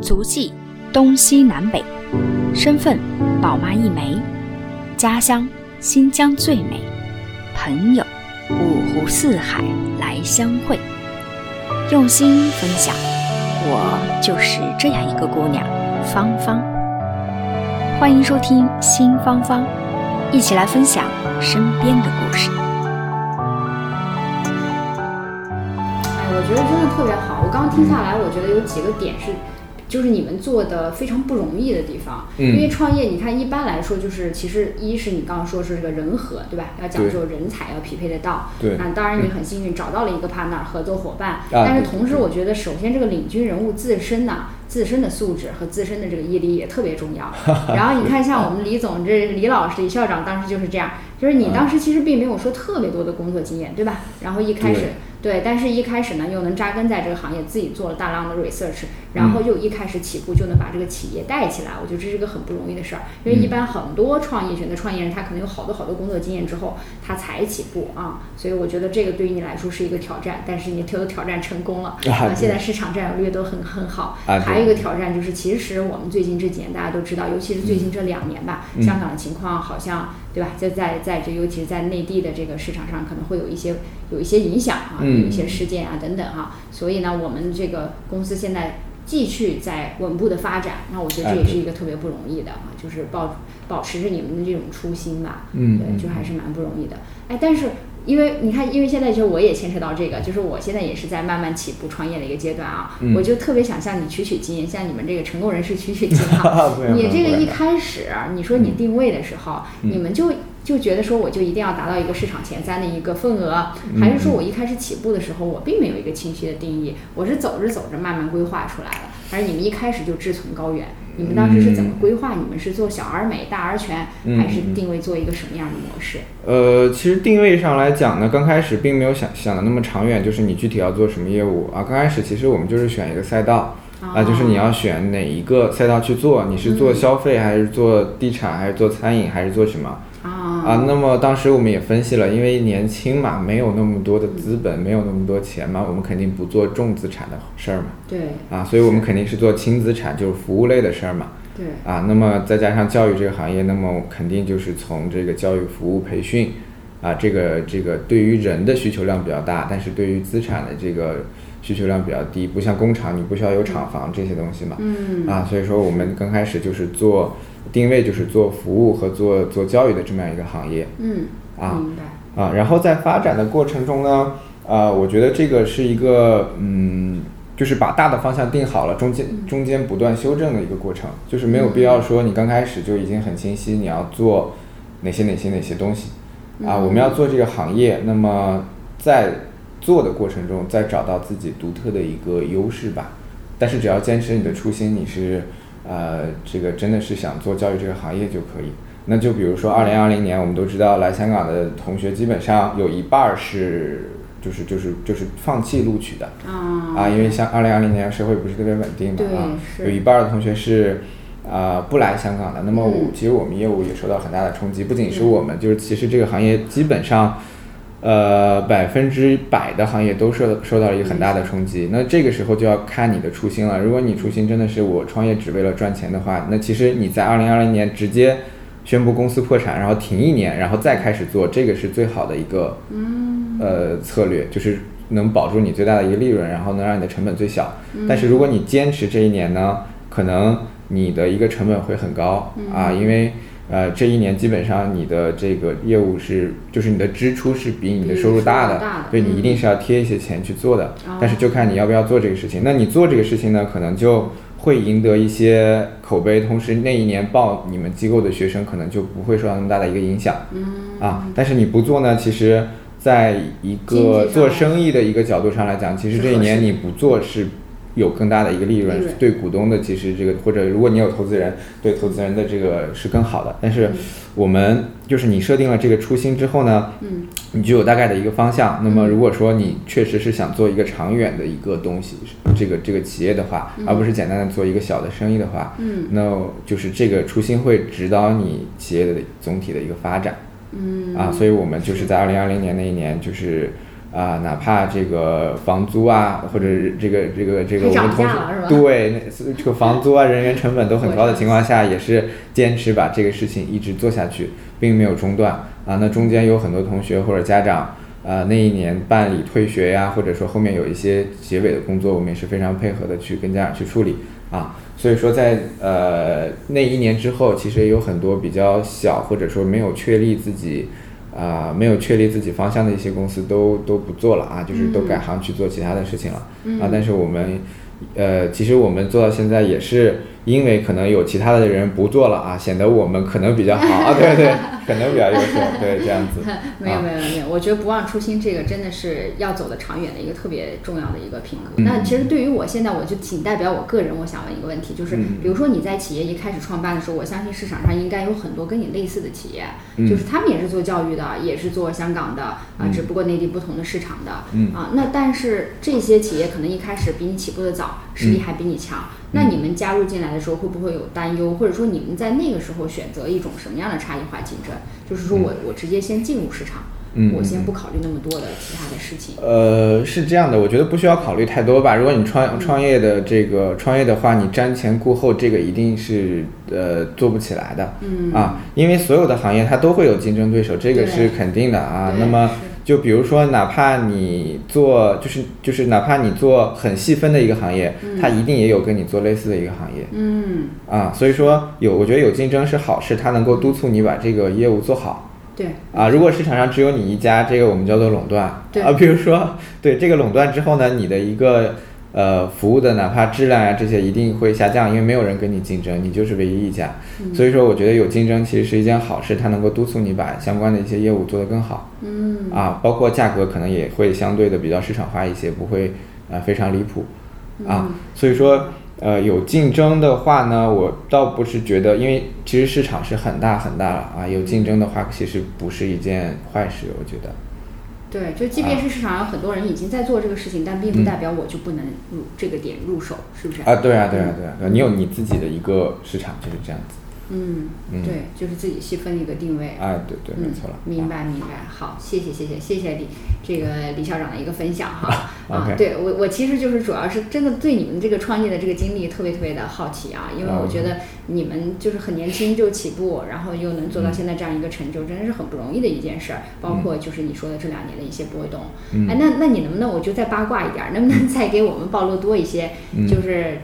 足迹东西南北，身份宝妈一枚，家乡新疆最美，朋友五湖四海来相会，用心分享。我就是这样一个姑娘，芳芳。欢迎收听新芳芳，一起来分享身边的故事。哎，我觉得真的特别好。我刚听下来，我觉得有几个点是，就是你们做的非常不容易的地方。嗯因为创业，你看一般来说就是，其实一是你刚刚说是这个人和，对吧？要讲对究人才，要匹配得到。对嗯啊那当然你很幸运找到了一个 partner 合作伙伴，对但是同时我觉得，首先这个领军人物自身呢、自身的素质和自身的这个毅力也特别重要。然后你看，像我们李总这李老师、李校长当时就是这样，就是你当时其实并没有说特别多的工作经验，对吧？然后一开始对对，但是一开始呢又能扎根在这个行业，自己做了大量的 research，然后又一开始起步就能把这个企业带起来，我觉得这是一个很不容易的事儿。因为一般很多创业选择创业人，他可能有好多好多工作经验之后，他才起步啊，所以我觉得这个对于你来说是一个挑战，但是你挑挑战成功了，啊对现在市场占有率都很很好。啊对还有一个挑战就是，其实我们最近这几年大家都知道，尤其是最近这两年吧，嗯香港的情况好像对吧，在在在这，尤其是在内地的这个市场上，可能会有一些有一些影响啊，嗯有一些事件啊等等啊。所以呢，我们这个公司现在。继续在稳步的发展，那我觉得啊这也对是一个特别不容易的啊，就是保保持着你们的这种初心吧，嗯对，嗯就还是蛮不容易的。哎，但是因为你看，因为现在就我也牵扯到这个，就是我现在也是在慢慢起步创业的一个阶段啊，嗯。我就特别想向你取取经，验，向你们这个成功人士取取经啊不然你这不嗯个然一开始，啊你说你定位的时候，嗯你们就就觉得说我就一定要达到一个市场前三的一个份额，嗯还是说我一开始起步的时候我并没有一个清晰的定义，我是走着走着慢慢规划出来的，而你们一开始就志存高远。你们当时是怎么规划？你们是做小而美、大而全，嗯还是嗯嗯定位做一个什么样的模式？呃，其实定位上来讲呢，刚开始并没有想想的那么长远，就是你具体要做什么业务啊。刚开始其实我们就是选一个赛道哦啊，就是你要选哪一个赛道去做，你是做消费还是做地产，还是做餐饮，还是做什么啊啊？那么当时我们也分析了，因为年轻嘛，没有那么多的资本，没有那么多钱嘛，我们肯定不做重资产的事儿嘛对啊，所以我们肯定是做轻资产，就是服务类的事儿嘛。对，啊，那么再加上教育这个行业，那么肯定就是从这个教育服务培训，啊，这个这个对于人的需求量比较大，但是对于资产的这个需求量比较低，不像工厂，你不需要有厂房这些东西嘛，嗯啊，所以说我们刚开始就是做定位，就是做服务和做做教育的这么样一个行业嗯，啊明白，啊，然后在发展的过程中呢，啊，我觉得这个是一个嗯。就是把大的方向定好了，中间中间不断修正的一个过程，就是没有必要说你刚开始就已经很清晰你要做哪些哪些哪些东西啊，我们要做这个行业，那么在做的过程中再找到自己独特的一个优势吧。但是只要坚持你的初心，你是呃这个真的是想做教育这个行业就可以。那就比如说二零二零年，我们都知道来香港的同学基本上有一半儿是就是就是就是放弃录取的，啊啊，因为像二零二零年社会不是特别稳定嘛，对啊，是有一半儿的同学是。啊、不来香港的，那么我、嗯其实我们业务也受到很大的冲击，不仅是我们，就是其实这个行业基本上，呃，百分之百的行业都受受到了一个很大的冲击。那这个时候就要看你的初心了。如果你初心真的是我创业只为了赚钱的话，那其实你在二零二零年直接宣布公司破产，然后停一年，然后再开始做，这个是最好的一个嗯呃策略，就是能保住你最大的一个利润，然后能让你的成本最小。嗯但是如果你坚持这一年呢，可能你的一个成本会很高、嗯啊，因为呃这一年基本上你的这个业务是就是你的支出是比你的收入大的，比你的收入大的对你嗯一定是要贴一些钱去做的。哦但是就看你要不要做这个事情。那你做这个事情呢，可能就会赢得一些口碑，同时那一年报你们机构的学生可能就不会受到那么大的一个影响。嗯啊，但是你不做呢，其实在一个经济上做生意的一个角度上来讲，其实这一年你不做是有更大的一个利润利润，对股东的其实这个或者如果你有投资人，对投资人的这个是更好的。但是我们就是你设定了这个初心之后呢，嗯你就有大概的一个方向。那么如果说你确实是想做一个长远的一个东西，这个这个企业的话，而不是简单的做一个小的生意的话，嗯那就是这个初心会指导你企业的总体的一个发展。嗯啊，所以我们就是在二零二零年那一年，就是啊、哪怕这个房租啊，或者是这个这个这个还我涨们同价事了是吧对那这个房租啊、人员成本都很高的情况下，也是坚持把这个事情一直做下去，并没有中断啊。那中间有很多同学或者家长。呃，那一年办理退学呀，或者说后面有一些结尾的工作，我们也是非常配合的去跟家长去处理啊。所以说在，呃那一年之后，其实也有很多比较小或者说没有确立自己啊、没有确立自己方向的一些公司都都不做了啊，就是都改行去做其他的事情了、啊。但是我们呃，其实我们做到现在也是因为可能有其他的人不做了啊，显得我们可能比较好 啊，对对，可能比较优秀，对这样子。没有啊没有没有，我觉得不忘初心这个真的是要走得长远的一个特别重要的一个品格。嗯那其实对于我现在，我就仅代表我个人，我想问一个问题，就是嗯比如说你在企业一开始创办的时候，我相信市场上应该有很多跟你类似的企业，嗯就是他们也是做教育的，也是做香港的啊，只不过内地不同的市场的嗯啊。那但是这些企业可能一开始比你起步的早，实嗯力还比你强。那你们加入进来的时候，会不会有担忧，或者说你们在那个时候选择一种什么样的差异化竞争？就是说我我直接先进入市场，嗯我先不考虑那么多的其他的事情。呃，是这样的，我觉得不需要考虑太多吧。如果你嗯创创业的这个创业的话，你瞻前顾后，这个一定是呃做不起来的。嗯啊，因为所有的行业它都会有竞争对手，这个是肯定的啊。对那么是就比如说，哪怕你做就是就是哪怕你做很细分的一个行业，它一定也有跟你做类似的一个行业。嗯，啊，所以说有，我觉得有竞争是好事，它能够督促你把这个业务做好。对，啊，如果市场上只有你一家，这个我们叫做垄断对啊。比如说，对这个垄断之后呢，你的一个呃服务的哪怕质量呀、啊这些一定会下降，因为没有人跟你竞争，你就是唯一一家。所以说，我觉得有竞争其实是一件好事，它能够督促你把相关的一些业务做得更好。嗯啊，包括价格可能也会相对的比较市场化一些，不会呃非常离谱啊。嗯所以说。呃，有竞争的话呢，我倒不是觉得，因为其实市场是很大很大了啊。有竞争的话，其实不是一件坏事，我觉得。对，就即啊便是市场上很多人已经在做这个事情，但并不代表我就不能入这个点入手，是不是？嗯啊，对啊，对啊，对啊，对啊你有你自己的一个市场，就是这样子。嗯，嗯对，就是自己细分的一个定位。啊，对对，没错了。嗯。明啊。白明白，好，谢谢谢谢谢谢李这个李校长的一个分享哈啊 OK 对我我其实就是主要是真的对你们这个创业的这个经历特别特别的好奇啊，因为我觉得你们就是很年轻就起步，然后又能做嗯到现在这样一个成就，真的是很不容易的一件事儿。包括就是你说的这两年的一些波动，嗯哎，那那你能不能我就再八卦一点儿，能不能再给我们暴露多一些，嗯就是。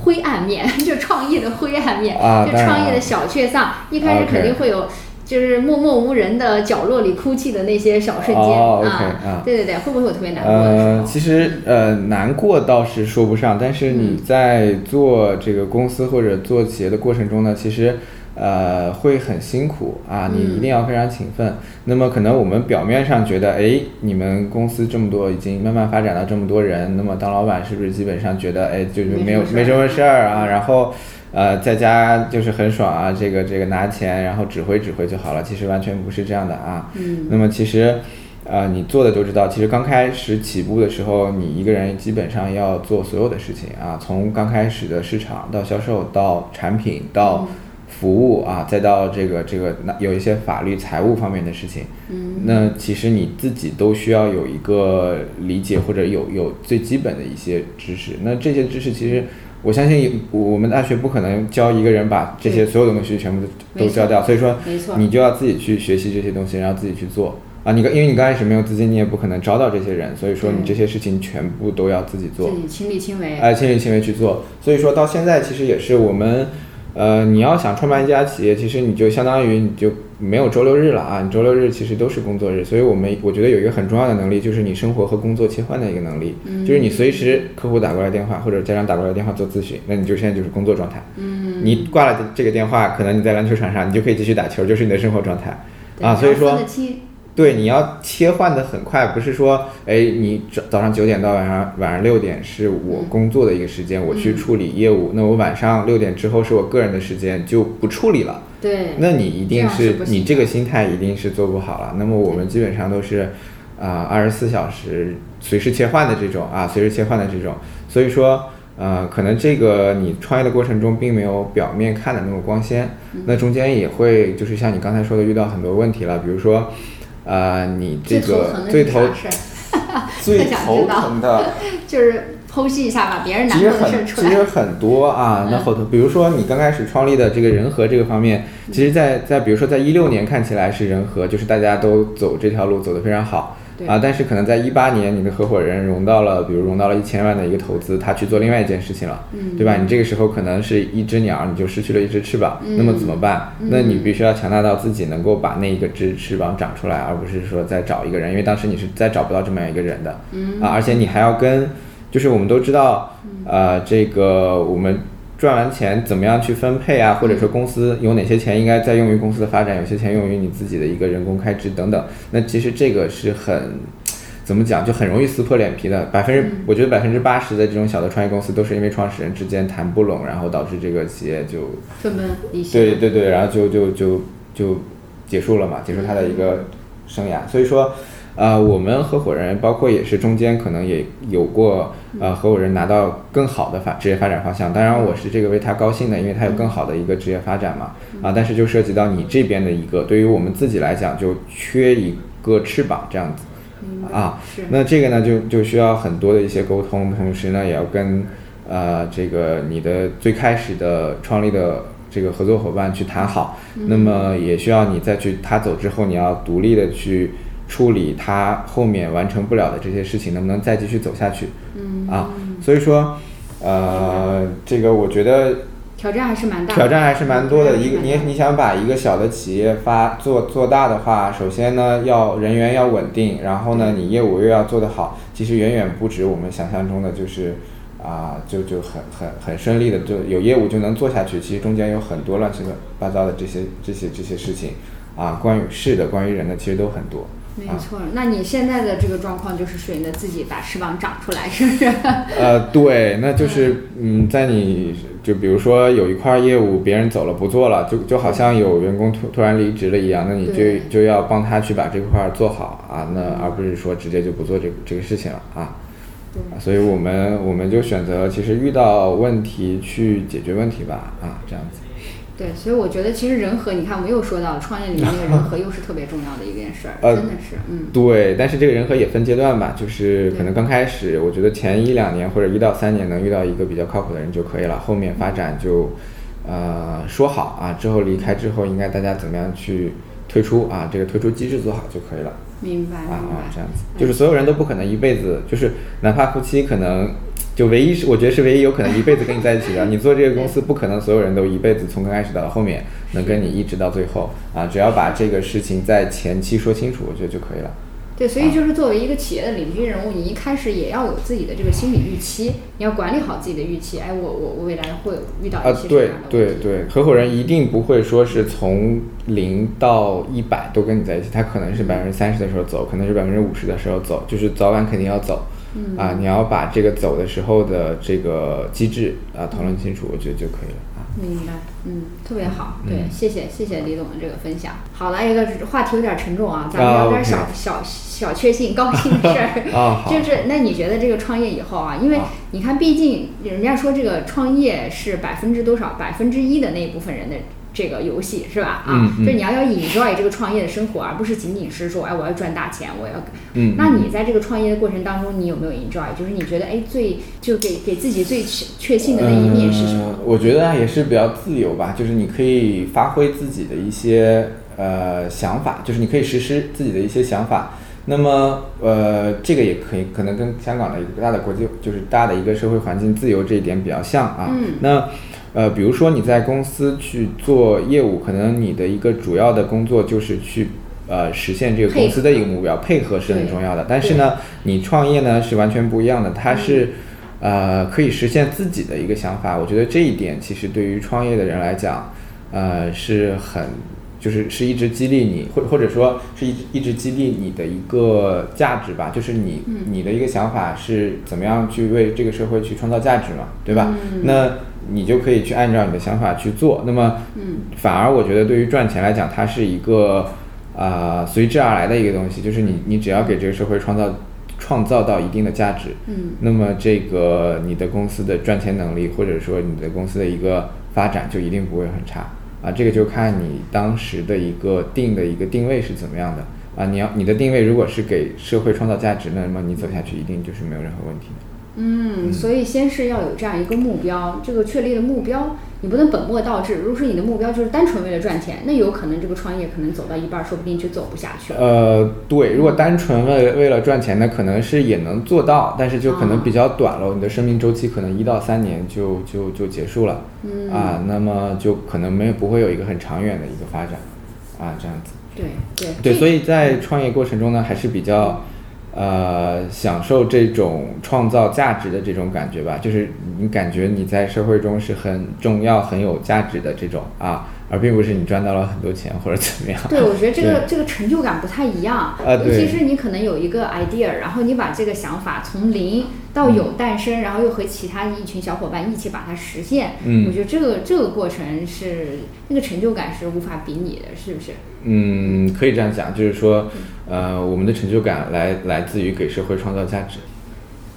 灰暗面， 就创业的灰暗面，啊就当然创业了的小确丧。一开始肯定 OK 会有，就是默默无人的角落里哭泣的那些小瞬间、哦，OK，啊啊对对对，会不会有特别难过的时候？呃，其实呃，难过倒是说不上，但是你在做这个公司或者做企业的过程中呢，其实呃会很辛苦啊，嗯你一定要非常勤奋。那么可能我们表面上觉得，哎，你们公司这么多，已经慢慢发展到这么多人，那么当老板是不是基本上觉得，哎，就就没没有什么事儿没什么事儿啊？然后。呃，在家就是很爽啊，这个这个拿钱，然后指挥指挥就好了。其实完全不是这样的啊。嗯那么其实，呃，你做的都知道，其实刚开始起步的时候，你一个人基本上要做所有的事情啊，从刚开始的市场到销售到产品到服务啊，再到这个这个那有一些法律财务方面的事情，嗯，那其实你自己都需要有一个理解或者有有最基本的一些知识。那这些知识其实。我相信我我们大学不可能教一个人把这些所有的东西全部都没都错教掉，所以说没错，你就要自己去学习这些东西，然后自己去做啊。你刚因为你刚开始没有资金，你也不可能招到这些人，所以说你对这些事情全部都要自己做，自己亲力亲为，哎、亲力亲为去做。所以说到现在，其实也是我们，呃，你要想创办一家企业，其实你就相当于你就没有周六日了啊，你周六日其实都是工作日，所以我们我觉得有一个很重要的能力，就是你生活和工作切换的一个能力，嗯就是你随时客户打过来电话或者家长打过来电话做咨询，那你就现在就是工作状态。嗯，你挂了这个电话，可能你在篮球场上，你就可以继续打球，就是你的生活状态。对啊，所以然后说分得清，对，你要切换的很快，不是说，哎，你早早上九点到晚上晚上六点是我工作的一个时间，我去处理业务，那我晚上六点之后是我个人的时间，就不处理了。对，那你一这定样是是不行你的这个心态一定是做不好了。那么我们基本上都是，啊、二十四小时随时切换的这种啊，随时切换的这种。所以说，呃，可能这个你创业的过程中并没有表面看的那么光鲜，嗯那中间也会就是像你刚才说的遇到很多问题了，比如说，呃，你这最头个疼的最是头啥事儿？ 最想知头道疼的就是剖析一下吧，别人难其实过的事儿很出其来嗯实。很多啊，那后头比如说你刚开始创立的这个人和这个方面，嗯其实在，在比如说在一六年看起来是人和，就是大家都走这条路走得非常好对啊，但是可能在一八年你的合伙人融到了，比如融到了一千万的一个投资，他去做另外一件事情了，嗯对吧？你这个时候可能是一只鸟，你就失去了一只翅膀，嗯那么怎么办？那你必须要强大到自己能够把那一个只翅膀长出来，而不是说再找一个人，因为当时你是再找不到这么样一个人的，嗯啊，而且你还要跟。就是我们都知道，呃，这个我们赚完钱怎么样去分配啊，或者说公司有哪些钱应该再用于公司的发展，有些钱用于你自己的一个人工开支等等。那其实这个是很。怎么讲就很容易撕破脸皮的，百分之、我觉得百分之八十的这种小的创业公司都是因为创始人之间谈不拢，然后导致这个企业就分崩离析。对对对，然后就就就就结束了嘛，结束他的一个生涯。所以说，呃，我们合伙人包括也是中间可能也有过呃合伙人拿到更好的发职业发展方向。当然，我是这个为他高兴的，因为他有更好的一个职业发展嘛。啊，但是就涉及到你这边的一个，对于我们自己来讲，就缺一个翅膀这样子啊。是那这个呢，就就需要很多的一些沟通，同时呢，也要跟呃这个你的最开始的创立的这个合作伙伴去谈好。那么也需要你再去他走之后，你要独立的去处理他后面完成不了的这些事情，能不能再继续走下去？嗯啊，所以说呃，这个我觉得挑战还是蛮大的。挑战还是蛮多的。一挑个战还是蛮你大的你想把一个小的企业发做做大的话，首先呢要人员要稳定，然后呢你业务又要做得好，其实远远不止我们想象中的就是。啊，就就很很很顺利的，就有业务就能做下去。其实中间有很多乱七八糟的这些这些这些事情，啊，关于事的，关于人的，其实都很多。没啊错，那你现在的这个状况就是属于你的自己把翅膀长出来，是不是？ 呃，对，那就是嗯，在你就比如说有一块业务别人走了不做了，就就好像有员工突突然离职了一样，那你对就就要帮他去把这块儿做好啊，那而不是说直接就不做这个这个事情了啊。对啊所以我们我们就选择其实遇到问题去解决问题吧啊，这样子。对，所以我觉得其实人和，你看我们又说到了创业里面那个人和，又是特别重要的一件事儿，呃真的是，嗯，对，但是这个人和也分阶段吧，就是可能刚开始，我觉得前一两年或者一到三年能遇到一个比较靠谱的人就可以了，后面发展就，呃，说好啊，之后离开之后应该大家怎么样去退出啊，这个退出机制做好就可以了明白啊明啊，这白样，子，就是所有人都不可能一辈子，就是哪怕夫妻可能。就唯一是，我觉得是唯一有可能一辈子跟你在一起的。你做这个公司，不可能所有人都一辈子从刚开始到后面能跟你一直到最后啊。只要把这个事情在前期说清楚，我觉得就可以了。对，啊所以就是作为一个企业的领军人物，你一开始也要有自己的这个心理预期，你要管理好自己的预期，哎，我我我未来会有遇到啊一些，什么对样的问题？对对，合伙人一定不会说是从零到一百都跟你在一起，他可能是百分之三十的时候走，可能是百分之五十的时候走，就是早晚肯定要走。嗯啊，你要把这个走的时候的这个机制啊讨论清楚，我觉得就可以了啊。明白，嗯，特别好，对，谢谢谢谢李总的这个分享。好了，一个话题有点沉重啊，咱们啊聊点 OK 小、小小确幸、高兴的事儿。 啊好就是那你觉得这个创业以后啊，因为好你看，毕竟人家说这个创业是百分之多少，百分之一的那一部分人的。这个游戏是吧？啊，嗯嗯就你要要 enjoy 这个创业的生活，而不是仅仅是说，哎，我要赚大钱，我要。嗯那你在这个创业的过程当中，你有没有 enjoy？就是你觉得，哎，最就给给自己最确确信的那一面是什么？呃我觉得也是比较自由吧，就是你可以发挥自己的一些呃想法，就是你可以实施自己的一些想法。那么呃，这个也可以，可能跟香港的一个大的国际，就是大的一个社会环境自由这一点比较像啊。嗯那呃，比如说你在公司去做业务，可能你的一个主要的工作就是去。呃，实现这个公司的一个目标，配合是很重要的。但是呢，你创业呢是完全不一样的，它是、呃，可以实现自己的一个想法。我觉得这一点其实对于创业的人来讲，呃，是很就是是一直激励你，或或者说是一直一直激励你的一个价值吧，就是你、你的一个想法是怎么样去为这个社会去创造价值嘛，对吧？那你就可以去按照你的想法去做。那么，反而我觉得对于赚钱来讲，它是一个啊、呃随之而来的一个东西，就是你你只要给这个社会创造创造到一定的价值，嗯，那么这个你的公司的赚钱能力，或者说你的公司的一个发展，就一定不会很差啊。这个就看你当时的一个定的一个定位是怎么样的啊，你要你的定位如果是给社会创造价值，那么你走下去一定就是没有任何问题的。嗯，所以先是要有这样一个目标，这个确立的目标，你不能本末倒置。如果说你的目标就是单纯为了赚钱，那有可能这个创业可能走到一半儿，说不定就走不下去了。呃，对，如果单纯为为了赚钱呢，可能是也能做到，但是就可能比较短了，你的生命周期可能一到三年就就就结束了，嗯啊，那么就可能没有不会有一个很长远的一个发展，啊，这样子。对对对，所以以在创业过程中呢，还是比较，呃，享受这种创造价值的这种感觉吧，就是你感觉你在社会中是很重要、很有价值的这种啊，而并不是你赚到了很多钱或者怎么样。对，我觉得这个这个成就感不太一样。啊尤其对是你可能有一个 idea，然后你把这个想法从零到有诞生，然后又和其他一群小伙伴一起把它实现。嗯我觉得这个这个过程是那个成就感是无法比拟的，是不是？嗯，可以这样讲，就是说，呃，我们的成就感来来自于给社会创造价值。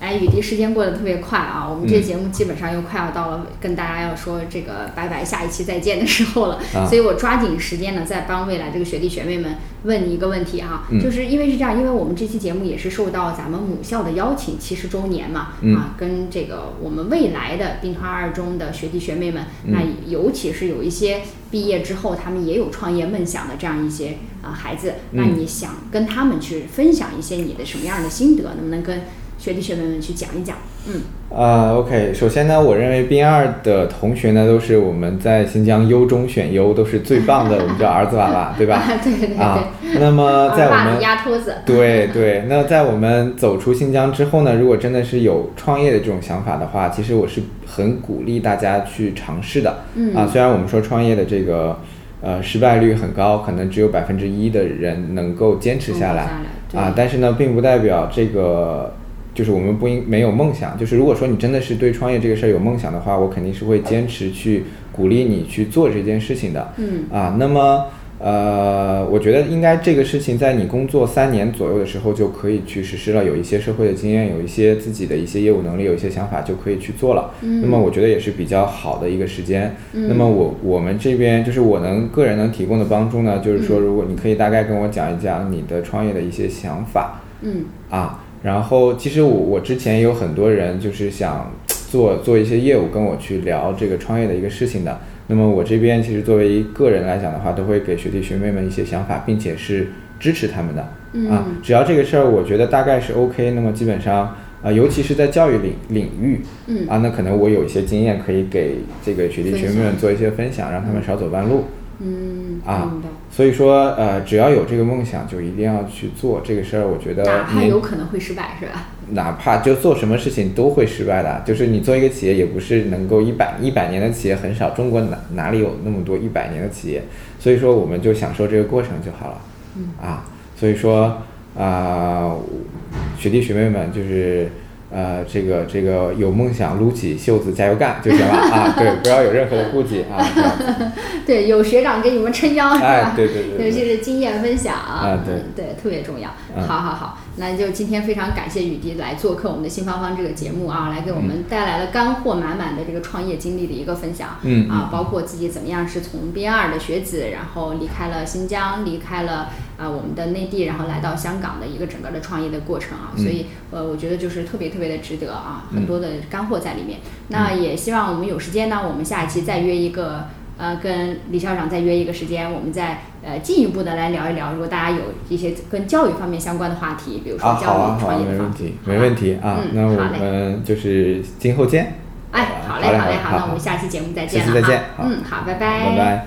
哎，雨滴，时间过得特别快啊！我们这嗯节目基本上又快要到了跟大家要说这个拜拜，下一期再见的时候了。啊所以我抓紧时间呢，再帮未来这个学弟学妹们问你一个问题哈、嗯就是因为是这样，因为我们这期节目也是受到咱们母校的邀请，七十周年嘛，嗯啊，跟这个我们未来的滨川二中的学弟学妹们，嗯那尤其是有一些毕业之后他们也有创业梦想的这样一些啊、呃孩子，那嗯你想跟他们去分享一些你的什么样的心得，能不能跟学弟学妹们去讲一讲？嗯，呃，OK，首先呢，我认为 B 二的同学呢，都是我们在新疆优中选优，都是最棒的，我们叫儿子娃娃，对吧？ 对对对对，啊，那么在二我爸们的丫头子，对对，那在我们走出新疆之后呢，如果真的是有创业的这种想法的话，其实我是很鼓励大家去尝试的。嗯啊，虽然我们说创业的这个呃失败率很高，可能只有百分之一的人能够坚持下能嗯来够下来啊对，但是呢，并不代表这个。就是我们不应没有梦想，就是如果说你真的是对创业这个事儿有梦想的话，我肯定是会坚持去鼓励你去做这件事情的。嗯啊，那么呃，我觉得应该这个事情在你工作三年左右的时候就可以去实施了，有一些社会的经验，有一些自己的一些业务能力，有一些想法就可以去做了。那么我觉得也是比较好的一个时间。那么我我们这边就是我能个人能提供的帮助呢，就是说如果你可以大概跟我讲一讲你的创业的一些想法嗯啊，然后其实我我之前也有很多人就是想。做做一些业务跟我去聊这个创业的一个事情的。那么我这边其实作为个人来讲的话，都会给学弟学妹们一些想法，并且是支持他们的、嗯啊。只要这个事儿我觉得大概是 OK，那么基本上啊、呃尤其是在教育领领域嗯啊，那可能我有一些经验可以给这个学弟学妹分们享做一些分享，让他们少走弯路。嗯啊明白。所以说，呃，只要有这个梦想，就一定要去做这个事儿。我觉得哪怕呃你有可能会失败，是吧？ 哪怕就做什么事情都会失败的，就是你做一个企业也不是能够一百一百年的企业很少，中国哪哪里有那么多一百年的企业？所以说我们就享受这个过程就好了，嗯啊，所以说啊、我学弟学妹们就是呃这个这个有梦想撸起袖子加油干就行 了啊，对，不要有任何的顾忌啊，这样子对，有学长给你们撑腰，是吧？哎， 对对对尤对其是经验分享嗯啊对特别重要。嗯好好好，那就今天非常感谢雨迪来做客我们的新芳芳这个节目啊，来给我们带来了干货满满的这个创业经历的一个分享。嗯啊，包括自己怎么样是从 B 二的学子，然后离开了新疆，离开了啊、我们的内地，然后来到香港的一个整个的创业的过程啊，嗯所以呃，我觉得就是特别特别的值得啊，很多的干货在里面。那嗯也希望我们有时间呢，我们下一期再约一个。呃，跟李校长再约一个时间，我们再呃进一步的来聊一聊。如果大家有一些跟教育方面相关的话题，比如说啊，好教啊育好创啊业，没的问方面题，没问题啊，嗯那好我嘞们就是今后见，哎，好嘞，好嘞好嘞，好好，那好我们下期节目再下见期了再啊见好嗯，好，拜拜，拜拜。